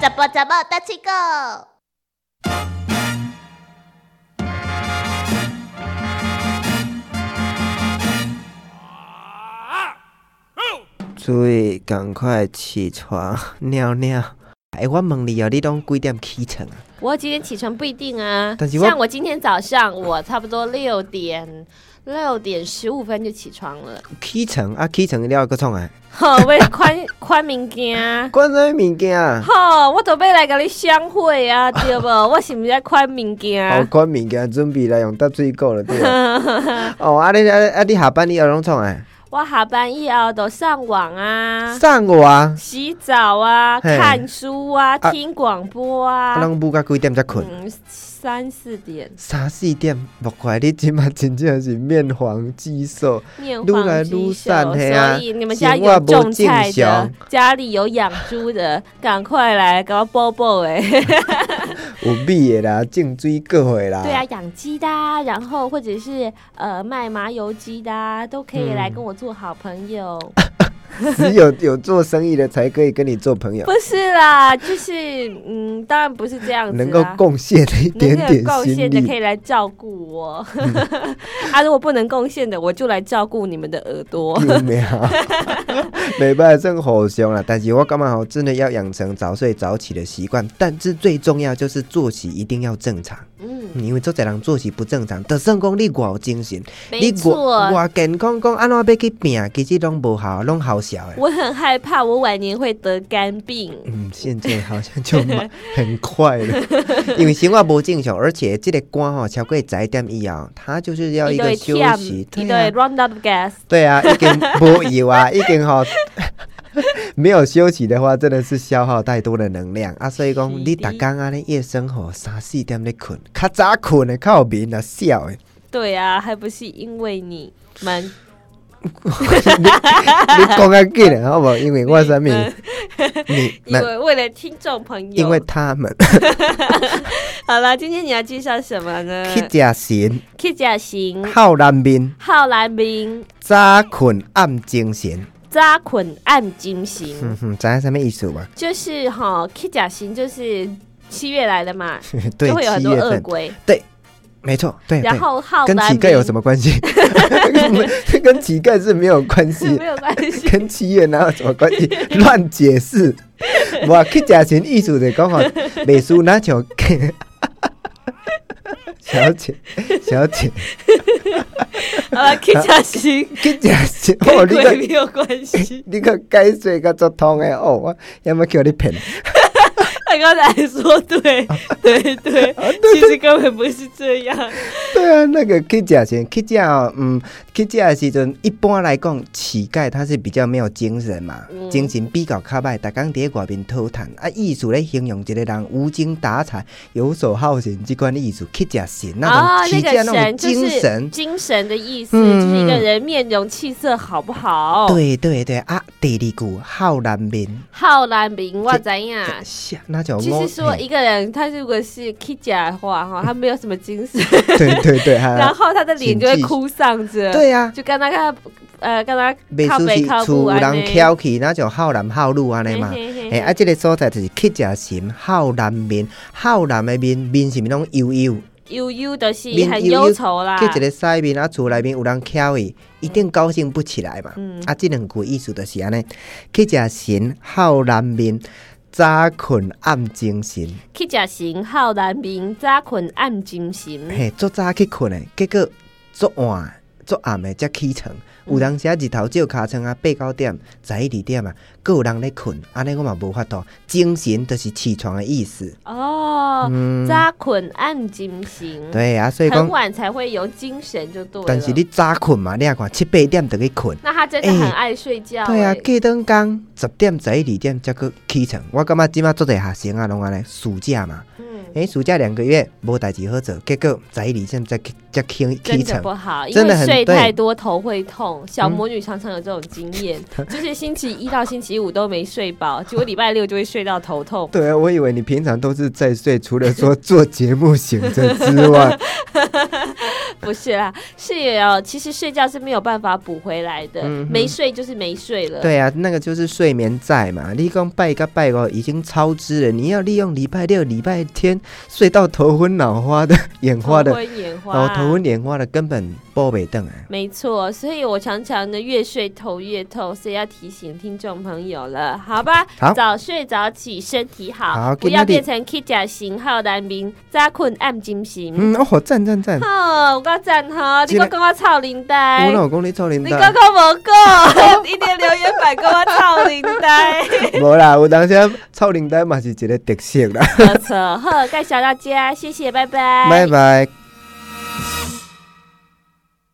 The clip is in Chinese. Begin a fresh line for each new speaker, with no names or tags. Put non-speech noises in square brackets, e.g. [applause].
怎么怎么大七个？
注意，赶快起床，尿尿。哎、我问你哦，你拢几点起床啊？
我几点起床不一定啊，
但是我
像我今天早上，我差不多六点六点十五分就起床了。
起床啊，起床了个创啊？
吼，为了宽 [laughs] 宽物件，
关什么物件
[laughs]
啊？
吼，我准备来跟你相会啊，对
[laughs]
不？我是不是在宽啊物
好，
件？
关物件准备来用搭水果了，
[laughs]
对吧？哦，啊你啊啊你下班你要拢创啊？
我下班以后都上网啊，
送我啊，
洗澡啊，
嘿
看书啊，
啊
听广播
啊
啊，
拢补到几点才困？
嗯，三四点
三四点，莫怪你今嘛真正是面黄肌瘦，
面
愈
黄
来愈
肌
散
瘦，
嘿啊
所以你们家
生活
有
无
种菜的
正常，
家里有养猪
[laughs]
的，赶快来给我抱抱哎！
有米的啦，种水果的
[laughs]
啦。
对啊，养鸡的啊、然后或者是呃卖麻油鸡的啊、都可以来
嗯
跟我做好朋 [laughs] 友。
只有有做生意的才可以跟你做朋
[laughs]
友
不，是啦，就是嗯，当然不是这样子啦。
能够贡献一点
能
点
够贡
心
献的可
力。嗯
以来照顾我， [laughs] 啊，如果不能贡献的，我就来照顾你们的耳朵。
有没有？ [laughs] 没办法，正好凶了。但是我干嘛好，真的要养成早睡早起的习惯。但是最重要就是作息一定要正常，
嗯，
因为做这人作息不正常，就算讲你偌有精神，
没
你
错
偌，偌健康，讲安啊怎要去拼，其实拢无效，拢好笑的。
[laughs] 我很害怕我晚年会得肝病。
嗯，现在好像就蛮很快了，
[laughs]
因为生活不正常，而且这个肝吼、超过十一点以后，它就是要一个
堆
休
TM
息，
一
对
堆
啊，
round up gas，
对啊，已经不有啊， [laughs] 已经吼、没有休息的话，真的是消耗太多的能量啊！所以讲，
是的
你逐工安尼夜生活三四点咧困，较早困的较有面啊，笑的。 [laughs]
对啊，还不是因为你们，
你讲较紧的好无？因为我啥
[laughs]
物？你
因
们，
为为了听众朋友，
因为他们
好了，今天你要介绍什么呢
去食神、
？K 甲型、
好难面、
浩兰明、
早困暗精神。
扎捆暗金型，
嗯哼，知影什么意思吗？
就是哈 K 甲型就是七月来了嘛，
[laughs] 对
就会，有很
七
多
月
恶
份，
鬼，
没错，对
然
对，
后浩
跟
兰
乞
明
丐有什么关系？ [laughs] 跟乞丐是没有关系
[laughs] 没，有关系？
跟七月哪有什么关系？乱
[laughs]
解释。我去假钱艺术的讲法，美术哪像 [laughs] 小姐，小姐，
好
[laughs]
了，K 甲型
去假钱，哦，
跟鬼
你个。
没有关系
[laughs] 哎你个解释个足通的哦，我要么叫你骗。
他刚才说对对
[laughs]
对，
啊
其实根本不是这样。
对啊，那个 K 假钱，K 假哦，嗯，K 假的时阵，一般来讲，乞丐他是比较没有精神嘛，
嗯
精神比较较歹，逐工伫咧外面讨趁啊，意思咧形容一个人无精打采、游手好闲即款意思。K 假神那
啊，那
种乞
个
丐那种
神就
精
是
神，
精神的意思，
嗯
就是一个人面容气色好不好？，
对对对啊，第二句好难面，
浩兰明我怎样？
下那种
就是啊说，
嘿
一个人他如果是 K 甲的话，
[laughs]
哈，他没有什么精神，
对对对，
[laughs]
哈
然后他的脸就会哭丧着，，
对啊，
就跟他看，呃，跟他
袂
靠
输
北靠
是
步
厝有
啊，
人翘起，那种好男好女安尼嘛。
嘿
诶、啊，这个所在就是乞食神好男面，好男的面面是毋是拢幽幽，
悠悠的是
面
很
悠悠
忧愁啦
叫、，一个西面啊，厝内面有人敲伊，一定高兴不起来嘛。
嗯
啊，这两句意思就是安尼，乞食神好男面，早困暗精神，
去食神好难眠，早困暗精神。
嘿，足早去困诶，结果足晚足暗诶才起床。有当时啊，日头照尻川啊，八九点、十一二点啊，各有人咧困，安尼我嘛无法度。精神就是起床的意思。
哦，
嗯，
早困暗精神，
对啊，所以讲
很。晚才会有精神就对了。啊
但是你早困嘛，你也看七八点就去困。
那他真的很爱睡觉、
对啊，
欸
过灯工十点、十一、二点才去起床。我感觉即马做者学生啊，拢安尼暑假嘛，
嗯，
诶、暑假两个月无代志好做，结果十一、二点才去才起起
真的不
床。
好，因
真的
为
很嗯
睡太多头会痛。小魔女常常有这种经验， [laughs] 就是星期一到星期五都没睡饱，结果礼拜六就会睡到头痛。 [laughs]
对啊，我以
[laughs]
为你平常都是在睡，除了说做节目醒着之外，
不是啦，是也哦。其实睡觉是没有办法补回来的，
嗯哼
没睡就是没睡了。
[laughs] 对啊，那个就是睡眠债嘛。你讲拜个拜哦，已经超支了，你要利用礼拜六、礼拜天睡到头昏脑花的、眼
头
花的，
昏眼花，
哦，头昏眼花的根本波北凳啊。
没错，所以我常常的越睡头越痛，所以要提醒听众朋友了，好吧？
好
早睡早起，身体好，
好
不要
今
变
天的
成 K 甲型号男兵，早困暗惊醒。
嗯，哦，赞赞赞！
好，我讲赞哈，你
这个
个讲我操林
我
呆，
老公你做领
你
导
刚，刚无讲， [laughs] 一点留言板跟我操林
[laughs]
呆。
无啦，有当时啊臭领导嘛是一个特色啦。
没错，好，介绍到这，谢谢，拜拜，
拜拜。